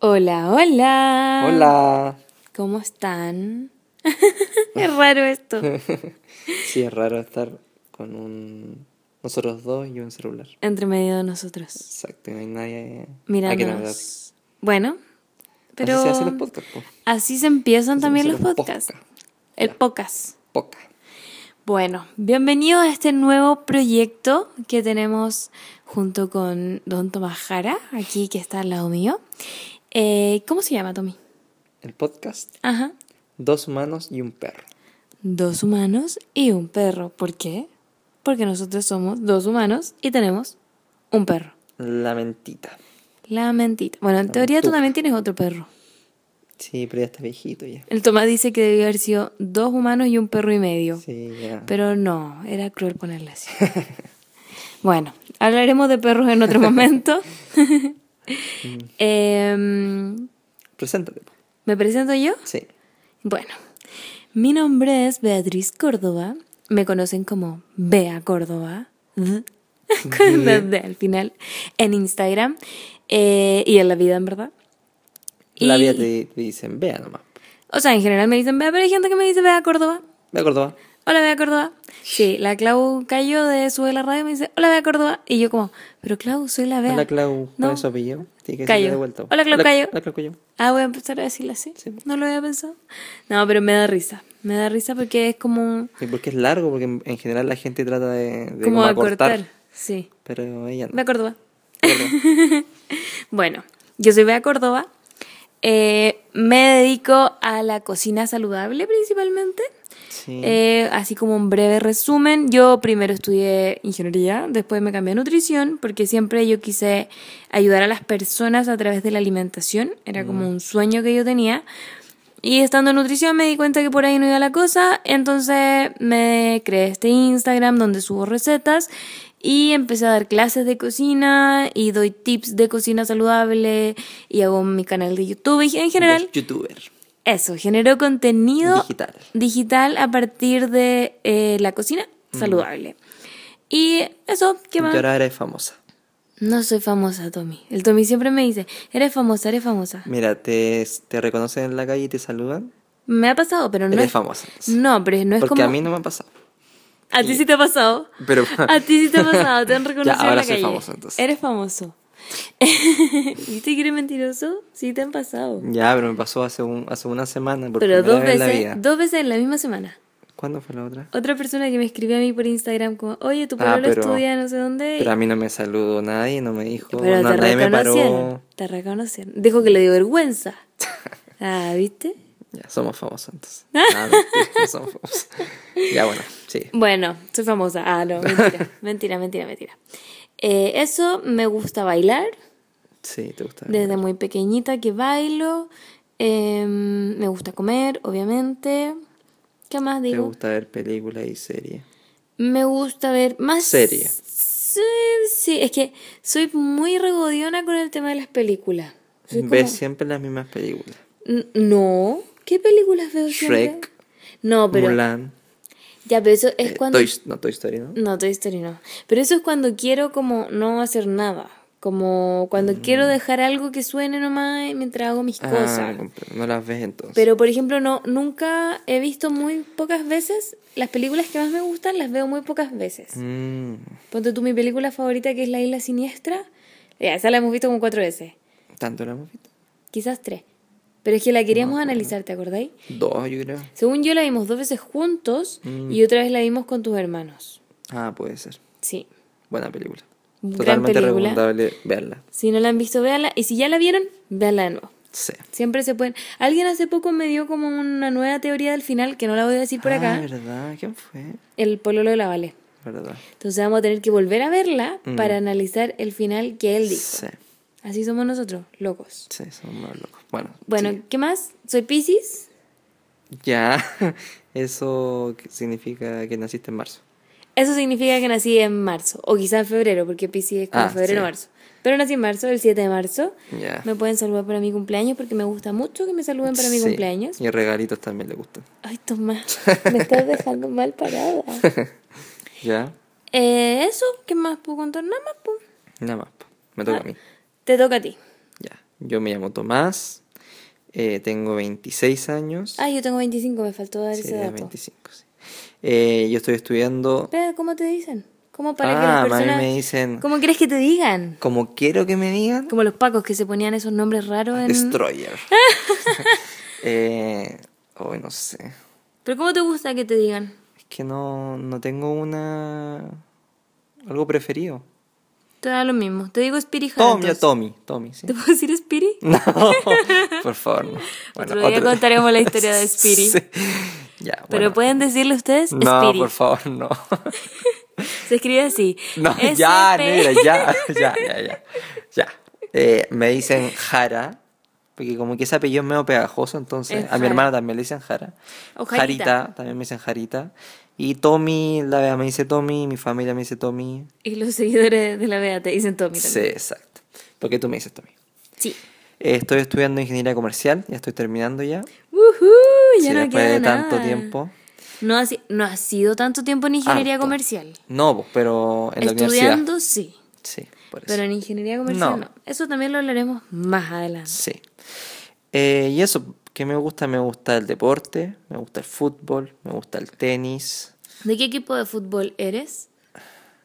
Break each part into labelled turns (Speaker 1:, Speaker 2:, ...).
Speaker 1: Hola, hola.
Speaker 2: Hola.
Speaker 1: ¿Cómo están? es raro esto.
Speaker 2: Sí, es raro estar con un... Nosotros dos y un celular.
Speaker 1: Entre medio de nosotros.
Speaker 2: Exacto, y no hay nadie... a quien hablar.
Speaker 1: Mirándonos. Bueno, pero
Speaker 2: Así se hacen los podcasts, po.
Speaker 1: así se empiezan
Speaker 2: Así
Speaker 1: también
Speaker 2: se
Speaker 1: los
Speaker 2: los
Speaker 1: podcasts.
Speaker 2: posca.
Speaker 1: El
Speaker 2: Ya.
Speaker 1: podcast.
Speaker 2: Poca.
Speaker 1: Bueno, bienvenido a este nuevo proyecto que tenemos junto con Don Tomás Jara, aquí que está al lado mío. Eh, ¿Cómo se llama, Tommy?
Speaker 2: El podcast,
Speaker 1: Ajá.
Speaker 2: dos humanos y un perro.
Speaker 1: Dos humanos y un perro. ¿Por qué? Porque nosotros somos dos humanos y tenemos un perro.
Speaker 2: La mentita.
Speaker 1: La mentita. Bueno, en teoría tú
Speaker 2: mentira.
Speaker 1: también tienes otro perro.
Speaker 2: Sí, pero ya está viejito ya.
Speaker 1: El Tomás dice que debió haber sido dos humanos y un perro y medio.
Speaker 2: Sí, ya.
Speaker 1: Pero no, era cruel ponerle así. bueno, hablaremos de perros en otro momento. Em,
Speaker 2: Preséntate. po.
Speaker 1: ¿Me presento yo?
Speaker 2: Sí.
Speaker 1: Bueno, mi nombre es Beatriz Córdoba. Me conocen como Bea Córdoba. Con la D al final. En Instagram. eh, y en la vida, en verdad.
Speaker 2: La
Speaker 1: Y-
Speaker 2: vida te, te dicen, vea nomás.
Speaker 1: O sea, en general me dicen Bea, pero hay gente que me dice Bea Córdoba.
Speaker 2: ¿De acuerdo?
Speaker 1: Hola, Bea Córdoba. Sí, la Clau cayó de sube la radio y me dice, hola, Bea Córdoba. Y yo como, pero Clau, soy la Bea.
Speaker 2: Hola, Clau. ¿Cuál
Speaker 1: No.
Speaker 2: es su apellido? Tiene que
Speaker 1: Cayo.
Speaker 2: decirle de vuelta. po.
Speaker 1: Hola, Clau Cayo.
Speaker 2: Hola, Clau Cayo.
Speaker 1: Ah, voy a empezar a decirla así.
Speaker 2: Sí.
Speaker 1: No lo había pensado. No, pero me da risa. Me da risa porque es como, un-
Speaker 2: Y porque es largo, porque en, en general la gente trata de, de
Speaker 1: como
Speaker 2: como
Speaker 1: a cortar.
Speaker 2: acortar,
Speaker 1: Sí.
Speaker 2: Pero ella no.
Speaker 1: Bea Córdoba.
Speaker 2: Perdón.
Speaker 1: Bueno, yo soy Bea Córdoba. Eh, me dedico a la cocina saludable principalmente.
Speaker 2: Sí.
Speaker 1: Eh, así como un breve resumen, yo primero estudié ingeniería, después me cambié a nutrición, porque siempre yo quise ayudar a las personas a través de la alimentación, era como un sueño que yo tenía. Y estando en nutrición me di cuenta que por ahí no iba la cosa, entonces me creé este Instagram donde subo recetas y empecé a dar clases de cocina y doy tips de cocina saludable y hago mi canal de YouTube y en general
Speaker 2: Vos Youtuber.
Speaker 1: eso, generó contenido
Speaker 2: Digital.
Speaker 1: digital a partir de eh, la cocina
Speaker 2: Mm.
Speaker 1: saludable. Y eso, ¿qué
Speaker 2: Y
Speaker 1: más?
Speaker 2: ahora eres famosa.
Speaker 1: No soy famosa, Tommy. El Tommy siempre me dice, eres famosa, eres famosa.
Speaker 2: Mira, te, te reconocen en la calle y te saludan.
Speaker 1: Me ha pasado, pero no
Speaker 2: eres
Speaker 1: es...
Speaker 2: famosa.
Speaker 1: No, pero no es
Speaker 2: porque
Speaker 1: como...
Speaker 2: a mí no me ha pasado.
Speaker 1: A ti sí te ha pasado.
Speaker 2: Pero-
Speaker 1: A ti sí te ha pasado, te han reconocido
Speaker 2: ahora
Speaker 1: en la
Speaker 2: soy
Speaker 1: calle.
Speaker 2: famoso, entonces.
Speaker 1: Eres famoso. ¿Viste que eres mentiroso? Sí, te han pasado.
Speaker 2: Ya, pero me pasó hace, un, hace una semana. Por
Speaker 1: Pero
Speaker 2: primera
Speaker 1: dos
Speaker 2: vez en la
Speaker 1: veces,
Speaker 2: vida.
Speaker 1: dos veces en la misma semana.
Speaker 2: ¿Cuándo fue la otra?
Speaker 1: Otra persona que me escribió a mí por Instagram como, oye, tu
Speaker 2: Ah,
Speaker 1: pueblo
Speaker 2: pero-
Speaker 1: estudia no sé dónde.
Speaker 2: Pero a mí no me saludó nadie, no me dijo.
Speaker 1: Pero
Speaker 2: no,
Speaker 1: te
Speaker 2: nadie me
Speaker 1: reconocieron.
Speaker 2: paró.
Speaker 1: Te reconocieron. Dijo que le dio vergüenza. Ah, ¿viste?
Speaker 2: Ya, somos famosos entonces. Ah, mentira, no somos famosos. Ya, bueno, sí.
Speaker 1: Bueno, soy famosa. Ah, no, mentira, mentira, mentira, mentira. Eh, eso, me gusta bailar.
Speaker 2: Sí, te gusta.
Speaker 1: Desde muy pequeñita que bailo. Em, me gusta comer, obviamente. ¿Qué más
Speaker 2: Te
Speaker 1: digo?
Speaker 2: gusta ver películas y series.
Speaker 1: Me gusta ver más...
Speaker 2: Serie.
Speaker 1: Sí, sí, es que soy muy regodiona con el tema de las películas. Soy como-
Speaker 2: Ves siempre las mismas películas.
Speaker 1: N- No. ¿Qué películas veo siempre?
Speaker 2: Shrek.
Speaker 1: No, pero.
Speaker 2: Mulan.
Speaker 1: Ya, pero eso es
Speaker 2: eh,
Speaker 1: cuando.
Speaker 2: Toy- no, Toy Story, ¿no?
Speaker 1: No, Toy Story no. Pero eso es cuando quiero, como, no hacer nada. Como cuando quiero dejar algo que suene nomás mientras hago mis
Speaker 2: Mm. Ah,
Speaker 1: cosas.
Speaker 2: comprendo. no las ves entonces.
Speaker 1: Pero, por ejemplo, no nunca he visto muy pocas veces. Las películas que más me gustan las veo muy pocas veces.
Speaker 2: Mm,
Speaker 1: Ponte tú mi película favorita que es La Isla Siniestra. Ya, esa la hemos visto como cuatro veces.
Speaker 2: ¿Tanto la hemos visto?
Speaker 1: Quizás tres. Pero es que la queríamos analizar, ¿te acordáis?
Speaker 2: Dos, yo creo.
Speaker 1: Según yo la vimos dos veces juntos
Speaker 2: Mm.
Speaker 1: y otra vez la vimos con tus hermanos.
Speaker 2: Ah, puede ser.
Speaker 1: Sí.
Speaker 2: Buena película.
Speaker 1: Gran
Speaker 2: Totalmente
Speaker 1: película.
Speaker 2: recomendable verla.
Speaker 1: Si no la han visto, véanla. Y si ya la vieron, véanla de nuevo.
Speaker 2: Sí.
Speaker 1: Siempre se pueden... Alguien hace poco me dio como una nueva teoría del final, que no la voy a decir por
Speaker 2: ah,
Speaker 1: acá,
Speaker 2: ¿verdad? ¿Quién fue?
Speaker 1: el pololo de la Vale.
Speaker 2: ¿Verdad?
Speaker 1: Entonces vamos a tener que volver a verla
Speaker 2: Mm.
Speaker 1: para analizar el final que él dijo.
Speaker 2: Sí,
Speaker 1: Así somos nosotros, locos.
Speaker 2: sí, somos más locos. Bueno,
Speaker 1: Bueno, ¿qué más? Soy Pisces.
Speaker 2: ya. Eso que- significa que naciste en marzo.
Speaker 1: Eso significa que nací en marzo, o quizás en febrero, porque Pisces es como
Speaker 2: Ah,
Speaker 1: febrero
Speaker 2: sí.
Speaker 1: marzo. Pero nací en marzo, el 7 de marzo.
Speaker 2: Ya.
Speaker 1: Me pueden saludar para mi cumpleaños porque me gusta mucho que me saluden para mi
Speaker 2: Sí.
Speaker 1: cumpleaños.
Speaker 2: Y regalitos también le gustan.
Speaker 1: Ay, Tomás, me estás dejando mal parada.
Speaker 2: ya.
Speaker 1: Eh, eso, ¿qué más puedo contar? Nada más, po. Ah.
Speaker 2: Nada más. po. Me toca a mí.
Speaker 1: pues. Te toca a ti.
Speaker 2: Ya. Yo me llamo Tomás, eh, tengo 26 años.
Speaker 1: Ah, yo tengo 25, me faltó dar
Speaker 2: Sí,
Speaker 1: ese
Speaker 2: era
Speaker 1: dato.
Speaker 2: 25, sí. Eh, yo estoy estudiando.
Speaker 1: Pero, ¿cómo te dicen? ¿Cómo para
Speaker 2: Ah,
Speaker 1: que las
Speaker 2: a mí
Speaker 1: personas...
Speaker 2: me dicen.
Speaker 1: ¿Cómo crees que te digan?
Speaker 2: Como quiero que me digan.
Speaker 1: Como los pacos que se ponían esos nombres raros en...
Speaker 2: Destroyer. eh, hoy no sé.
Speaker 1: Pero ¿cómo te gusta que te digan?
Speaker 2: Es que no, no tengo una. algo preferido.
Speaker 1: Te da lo mismo. Te digo Spiri Jara,
Speaker 2: Tom, ya
Speaker 1: Ah, entonces.
Speaker 2: Tommy, Tommy, sí.
Speaker 1: ¿Te puedo decir Spiri?
Speaker 2: No, por favor, no.
Speaker 1: Otro día contaremos la historia de Spiri.
Speaker 2: Sí. Ya,
Speaker 1: Pero
Speaker 2: bueno.
Speaker 1: pueden decirle ustedes
Speaker 2: No,
Speaker 1: Spiri.
Speaker 2: por favor, no.
Speaker 1: Se escribe así.
Speaker 2: No,
Speaker 1: SP.
Speaker 2: ya, negra, ya, ya, ya, ya. ya. Eh, me dicen Jara, porque como que ese apellido es medio pegajoso,
Speaker 1: Es
Speaker 2: entonces a mi
Speaker 1: Jara.
Speaker 2: hermana también le dicen Jara.
Speaker 1: O Jarita.
Speaker 2: también me dicen Jarita. Y Tommy, la vea me dice Tommy, mi familia me dice Tommy.
Speaker 1: Y los seguidores de la BEA te dicen Tommy
Speaker 2: Sí,
Speaker 1: también.
Speaker 2: exacto. Porque tú me dices Tommy.
Speaker 1: Sí.
Speaker 2: Eh, estoy estudiando ingeniería comercial, ya estoy terminando ya.
Speaker 1: ¡Wujú! Ya
Speaker 2: Sí,
Speaker 1: no
Speaker 2: después
Speaker 1: queda
Speaker 2: de tanto
Speaker 1: nada.
Speaker 2: tiempo.
Speaker 1: No ha, si- no ha sido tanto tiempo en ingeniería
Speaker 2: Harto.
Speaker 1: comercial.
Speaker 2: No, pues, pero en la universidad.
Speaker 1: Estudiando, sí.
Speaker 2: Sí, por eso.
Speaker 1: Pero en ingeniería comercial
Speaker 2: No.
Speaker 1: no. Eso también lo hablaremos más adelante.
Speaker 2: Sí. Eh, y eso, ¿qué me gusta? Me gusta el deporte, me gusta el fútbol, me gusta el tenis.
Speaker 1: ¿De qué equipo de fútbol eres?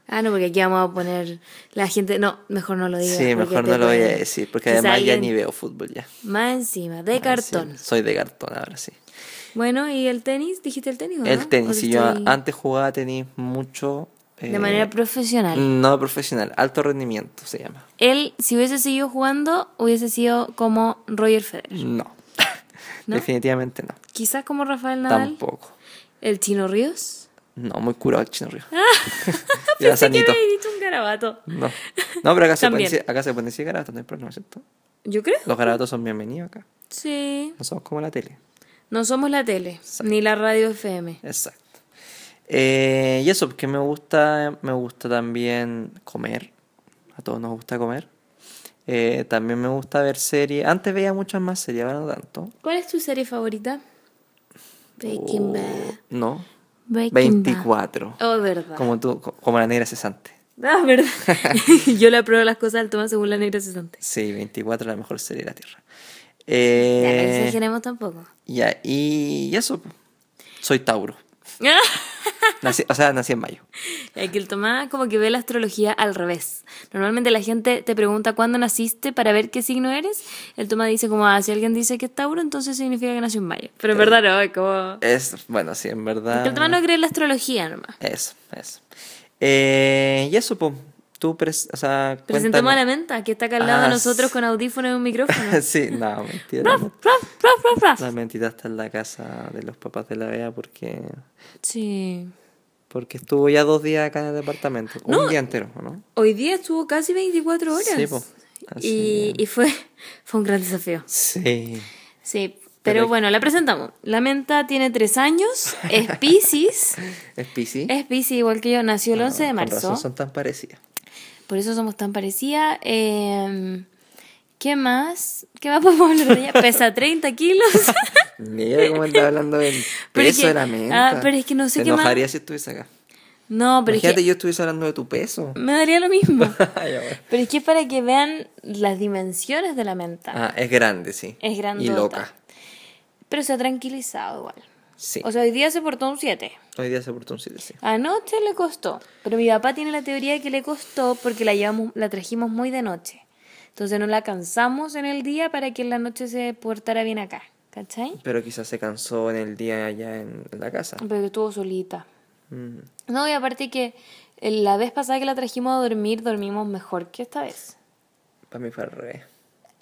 Speaker 1: Ah, no, porque aquí vamos a poner la gente. No, mejor no lo digas.
Speaker 2: sí,
Speaker 1: porque
Speaker 2: mejor
Speaker 1: te
Speaker 2: no lo voy a
Speaker 1: pueden-
Speaker 2: decir, porque
Speaker 1: quizá
Speaker 2: además ya
Speaker 1: alguien
Speaker 2: ni veo fútbol ya.
Speaker 1: Más encima, de
Speaker 2: Ah,
Speaker 1: cartón.
Speaker 2: sí, soy de cartón ahora sí.
Speaker 1: Bueno, ¿y el tenis? ¿Dijiste el tenis? o no?
Speaker 2: El
Speaker 1: ¿O
Speaker 2: tenis,
Speaker 1: te
Speaker 2: y yo
Speaker 1: Ah, estoy-
Speaker 2: antes jugaba tenis mucho. eh,
Speaker 1: De manera profesional.
Speaker 2: No profesional, alto rendimiento se llama.
Speaker 1: Él, si hubiese seguido jugando, hubiese sido como Roger Federer.
Speaker 2: No.
Speaker 1: ¿No?
Speaker 2: Definitivamente no.
Speaker 1: Quizás como Rafael Nadal.
Speaker 2: Tampoco.
Speaker 1: El Chino Ríos.
Speaker 2: No, muy curado el chino río. Y era
Speaker 1: Ah, Pensé que
Speaker 2: sanito.
Speaker 1: me había dicho un garabato.
Speaker 2: No. no, pero acá se, pueden
Speaker 1: También.
Speaker 2: decir, acá se pueden decir garabatos, no hay problema, ¿cierto?
Speaker 1: ¿Yo creo?
Speaker 2: Los garabatos son bienvenidos acá.
Speaker 1: Sí.
Speaker 2: No somos como la tele.
Speaker 1: No somos la tele, ni la radio FM.
Speaker 2: Exacto. Eh, y eso, porque me gusta, me gusta también comer. A todos nos gusta comer. Eh, también me gusta ver series. Antes veía muchas más series, ahora no tanto.
Speaker 1: ¿Cuál es tu serie favorita? Breaking
Speaker 2: O-
Speaker 1: Bad.
Speaker 2: No.
Speaker 1: Breaking Bad.
Speaker 2: 24.
Speaker 1: Oh, verdad.
Speaker 2: Como tú, co- como la negra cesante.
Speaker 1: Ah, verdad. Yo le apruebo las cosas al Tomás según la negra cesante.
Speaker 2: Sí, 24 es la mejor serie de la Tierra.
Speaker 1: Ya, no
Speaker 2: Eh,
Speaker 1: exageremos tampoco.
Speaker 2: ya, y, y eso. pues. Soy Tauro. Nací- o sea, nací en mayo.
Speaker 1: Ya que el Tomás como que ve la astrología al revés. Normalmente la gente te pregunta cuándo naciste para ver qué signo eres. El Tomás dice como, ah, si alguien dice que es Tauro, entonces significa que nació en mayo. Pero en verdad no, es
Speaker 2: Ah.
Speaker 1: como...
Speaker 2: Es, bueno, sí, en verdad.
Speaker 1: Porque el Tomás no cree en la astrología nomás.
Speaker 2: Eso, eso. Eh, y eso, pues, tú, pres- o sea,
Speaker 1: Presentemos a la
Speaker 2: cuéntanos.
Speaker 1: menta, que está acá al lado de
Speaker 2: Ah,
Speaker 1: nosotros
Speaker 2: sí.
Speaker 1: con audífono y un micrófono.
Speaker 2: sí, no, mentira. la-
Speaker 1: Raf, raf, raf, raf.
Speaker 2: La mentira está en la casa de los papás de la Bea porque,
Speaker 1: Sí.
Speaker 2: porque estuvo ya dos días acá en el departamento. Un día entero, ¿o ¿no?
Speaker 1: Hoy día estuvo casi 24 horas.
Speaker 2: Sí, po. Así
Speaker 1: Y, y fue, fue un gran desafío.
Speaker 2: Sí.
Speaker 1: Sí, pero,
Speaker 2: Pero-
Speaker 1: bueno, la presentamos. La menta tiene tres años, es Pisces.
Speaker 2: ¿Es Pisi?
Speaker 1: Es Pisces igual que yo, nació el 11 de marzo.
Speaker 2: Ah, son tan parecidas.
Speaker 1: Por eso somos tan parecidas. Eh, ¿Qué más? ¿Qué más podemos hablar de ella? Pesa 30 kilos.
Speaker 2: Mira cómo está hablando del
Speaker 1: Pero es
Speaker 2: peso
Speaker 1: que-
Speaker 2: de la menta.
Speaker 1: ah, pero es que no sé
Speaker 2: Te
Speaker 1: qué más-
Speaker 2: enojaría si estuviese acá.
Speaker 1: No, pero es
Speaker 2: Imagínate
Speaker 1: que
Speaker 2: yo estuviese hablando de tu peso.
Speaker 1: me daría lo mismo.
Speaker 2: Ya, bueno.
Speaker 1: Pero es que es para que vean las dimensiones de la menta.
Speaker 2: ah, es grande, sí.
Speaker 1: Es
Speaker 2: Y
Speaker 1: grandota.
Speaker 2: loca.
Speaker 1: Pero se ha tranquilizado igual.
Speaker 2: Sí.
Speaker 1: O sea, hoy día se portó un 7.
Speaker 2: Hoy día se portó un 7, sí.
Speaker 1: Anoche le costó, pero mi papá tiene la teoría de que le costó porque la llevamos, la trajimos muy de noche. Entonces no la cansamos en el día para que en la noche se portara bien acá, ¿cachai?
Speaker 2: Pero quizás se cansó en el día allá en en la casa.
Speaker 1: Pero que estuvo solita.
Speaker 2: Mm,
Speaker 1: No, y aparte que eh, la vez pasada que la trajimos a dormir, dormimos mejor que esta vez.
Speaker 2: para mí fue al revés.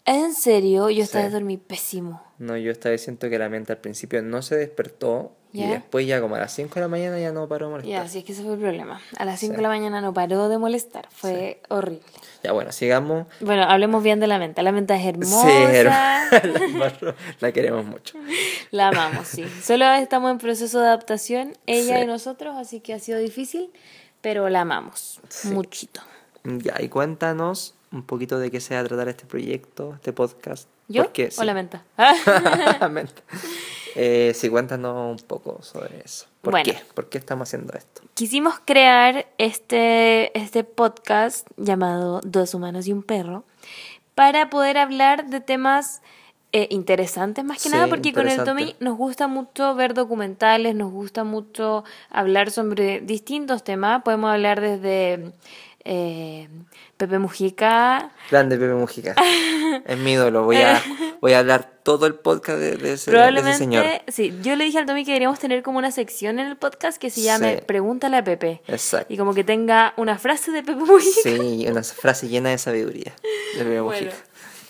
Speaker 1: En serio, yo esta
Speaker 2: Sí.
Speaker 1: vez dormí pésimo.
Speaker 2: No, yo esta vez siento que la mente al principio no se despertó
Speaker 1: Ya.
Speaker 2: y después ya como a las 5 de la mañana ya no paró de
Speaker 1: Ya,
Speaker 2: molestar.
Speaker 1: así es que ese fue el problema. A las 5 de la mañana no paró de molestar, fue horrible.
Speaker 2: Ya bueno, sigamos.
Speaker 1: Bueno, hablemos bien de la menta. La menta es hermosa.
Speaker 2: Sí, hermano, la, embarró, la queremos mucho.
Speaker 1: La amamos, sí. Solo estamos en proceso de adaptación, ella
Speaker 2: Sí.
Speaker 1: y nosotros, así que ha sido difícil, pero la amamos. Muchito.
Speaker 2: Ya, y cuéntanos un poquito de qué se va a tratar este proyecto, este podcast.
Speaker 1: ¿Yo?
Speaker 2: Porque,
Speaker 1: ¿O
Speaker 2: sí.
Speaker 1: la menta? Ah.
Speaker 2: Mente. Eh, sí, cuéntanos un poco sobre eso. ¿Por
Speaker 1: Bueno.
Speaker 2: qué? ¿Por qué estamos haciendo esto?
Speaker 1: Quisimos crear este, este podcast llamado Dos Humanos y un Perro para poder hablar de temas eh, interesantes más que
Speaker 2: Sí,
Speaker 1: nada, porque con el
Speaker 2: interesante.
Speaker 1: Tommy nos gusta mucho ver documentales, nos gusta mucho hablar sobre distintos temas. Podemos hablar desde eh, Pepe Mujica.
Speaker 2: Grande Pepe Mujica. es mi ídolo. Voy a, voy a hablar todo el podcast de, de ese, de ese señor.
Speaker 1: Probablemente, sí, yo le dije al Tommy que deberíamos tener como una sección en el podcast que se llame
Speaker 2: Sí.
Speaker 1: Pregúntale a Pepe.
Speaker 2: Exacto.
Speaker 1: Y como que tenga una frase de Pepe Mujica.
Speaker 2: Sí, una frase llena de sabiduría de Pepe
Speaker 1: Bueno,
Speaker 2: Mujica.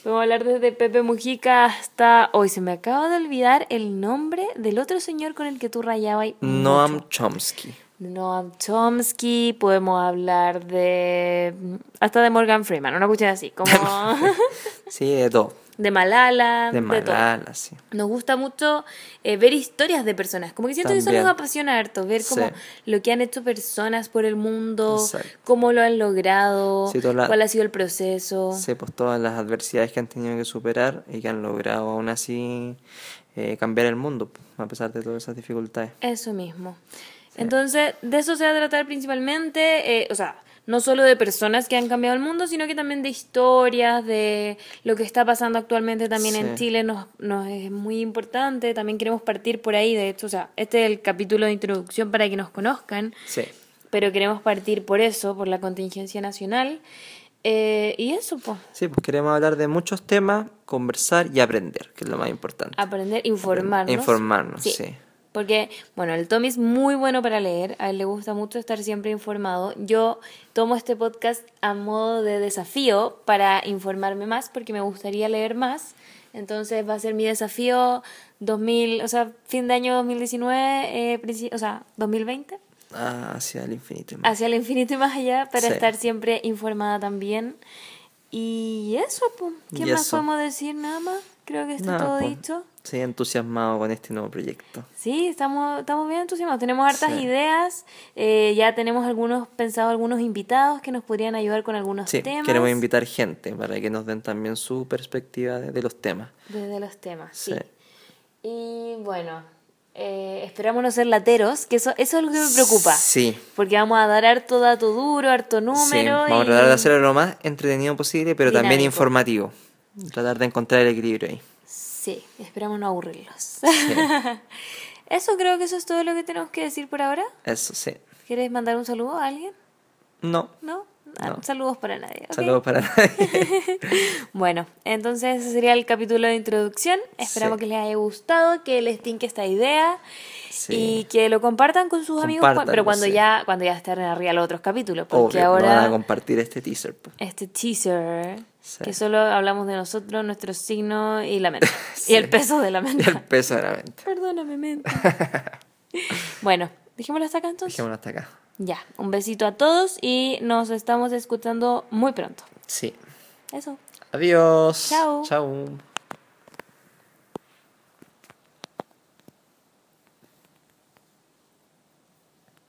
Speaker 1: vamos a hablar desde Pepe Mujica hasta hoy. Se me acaba de olvidar el nombre del otro señor con el que tú rayabas. y
Speaker 2: Noam Chomsky.
Speaker 1: Noam Chomsky, podemos hablar de. hasta de Morgan Freeman, una cuestión así, como.
Speaker 2: Sí, de todo.
Speaker 1: de Malala,
Speaker 2: De
Speaker 1: Ah, de, todo.
Speaker 2: Malala, sí.
Speaker 1: Nos gusta mucho eh, ver historias de personas. Como que siento que eso
Speaker 2: También.
Speaker 1: nos apasiona harto, ver como
Speaker 2: Sí.
Speaker 1: lo que han hecho personas por el mundo,
Speaker 2: Exacto.
Speaker 1: cómo lo han logrado,
Speaker 2: Sí, toda la-
Speaker 1: cuál ha sido el proceso.
Speaker 2: Sí, pues todas las adversidades que han tenido que superar y que han logrado aún así eh, cambiar el mundo, a pesar de todas esas dificultades.
Speaker 1: Eso mismo. Entonces, de eso se va a tratar principalmente, eh, o sea, no solo de personas que han cambiado el mundo, sino que también de historias, de lo que está pasando actualmente también en
Speaker 2: Sí.
Speaker 1: Chile, nos, nos es muy importante, también queremos partir por ahí, de hecho, o sea, este es el capítulo de introducción para que nos conozcan,
Speaker 2: Sí.
Speaker 1: pero queremos partir por eso, por la contingencia nacional. Eh, y eso, pues,
Speaker 2: Sí, pues queremos hablar de muchos temas, conversar y aprender, que es lo más importante.
Speaker 1: aprender, informarnos.
Speaker 2: Informarnos, sí.
Speaker 1: Porque, bueno, el Tommy es muy bueno para leer, a él le gusta mucho estar siempre informado. Yo tomo este podcast a modo de desafío para informarme más, porque me gustaría leer más. Entonces va a ser mi desafío 2000, o sea, fin de año 2019, eh, princi- o sea, 2020,
Speaker 2: Ah, hacia el infinito. y más.
Speaker 1: hacia el infinito y más allá, para
Speaker 2: Sí.
Speaker 1: estar siempre informada también. Y eso, pues, ¿qué
Speaker 2: Y
Speaker 1: más
Speaker 2: eso.
Speaker 1: podemos decir? Nada más, creo que está
Speaker 2: Nada,
Speaker 1: todo
Speaker 2: pues,
Speaker 1: dicho.
Speaker 2: Sí, entusiasmado con este nuevo proyecto.
Speaker 1: Sí, estamos, estamos bien entusiasmados. Tenemos hartas
Speaker 2: Sí.
Speaker 1: ideas. eh, ya tenemos algunos pensado algunos invitados que nos podrían ayudar con algunos
Speaker 2: Sí,
Speaker 1: temas.
Speaker 2: queremos invitar gente para que nos den también su perspectiva de, de los temas.
Speaker 1: Desde los temas, sí.
Speaker 2: Sí.
Speaker 1: Y bueno, eh, esperamos no ser lateros, que eso, eso es lo que me preocupa.
Speaker 2: Sí.
Speaker 1: Porque vamos a dar harto dato duro, harto
Speaker 2: Sí,
Speaker 1: número.
Speaker 2: vamos a
Speaker 1: y-
Speaker 2: tratar de hacerlo lo más entretenido posible, pero también
Speaker 1: Dinámico.
Speaker 2: informativo. Tratar de encontrar el equilibrio ahí.
Speaker 1: Sí, esperamos no aburrirlos. eso creo que eso es todo lo que tenemos que decir por ahora.
Speaker 2: Eso sí.
Speaker 1: ¿Quieres mandar un saludo a alguien?
Speaker 2: No.
Speaker 1: ¿No? Ah,
Speaker 2: No.
Speaker 1: Saludos para nadie. ok.
Speaker 2: Saludos para nadie.
Speaker 1: Bueno, entonces ese sería el capítulo de introducción. Esperamos que
Speaker 2: Sí.
Speaker 1: les haya gustado, que les tinque esta idea y
Speaker 2: Sí.
Speaker 1: que lo compartan con sus amigos, cua- pero
Speaker 2: Compártanlo,
Speaker 1: cuando
Speaker 2: sí.
Speaker 1: ya cuando ya estén arriba los otros capítulos, porque
Speaker 2: Obvio, no
Speaker 1: ahora
Speaker 2: van a compartir este teaser. po.
Speaker 1: este teaser
Speaker 2: Sí.
Speaker 1: que solo hablamos de nosotros, nuestro signo y la mente y el peso de la
Speaker 2: Y el
Speaker 1: mente.
Speaker 2: peso de la mente.
Speaker 1: Perdóname, mente. bueno, dejémoslo hasta acá entonces.
Speaker 2: Dejémoslo hasta acá.
Speaker 1: Ya, un besito a todos y nos estamos escuchando muy pronto.
Speaker 2: Sí.
Speaker 1: Eso.
Speaker 2: Adiós.
Speaker 1: Chao.
Speaker 2: Chao.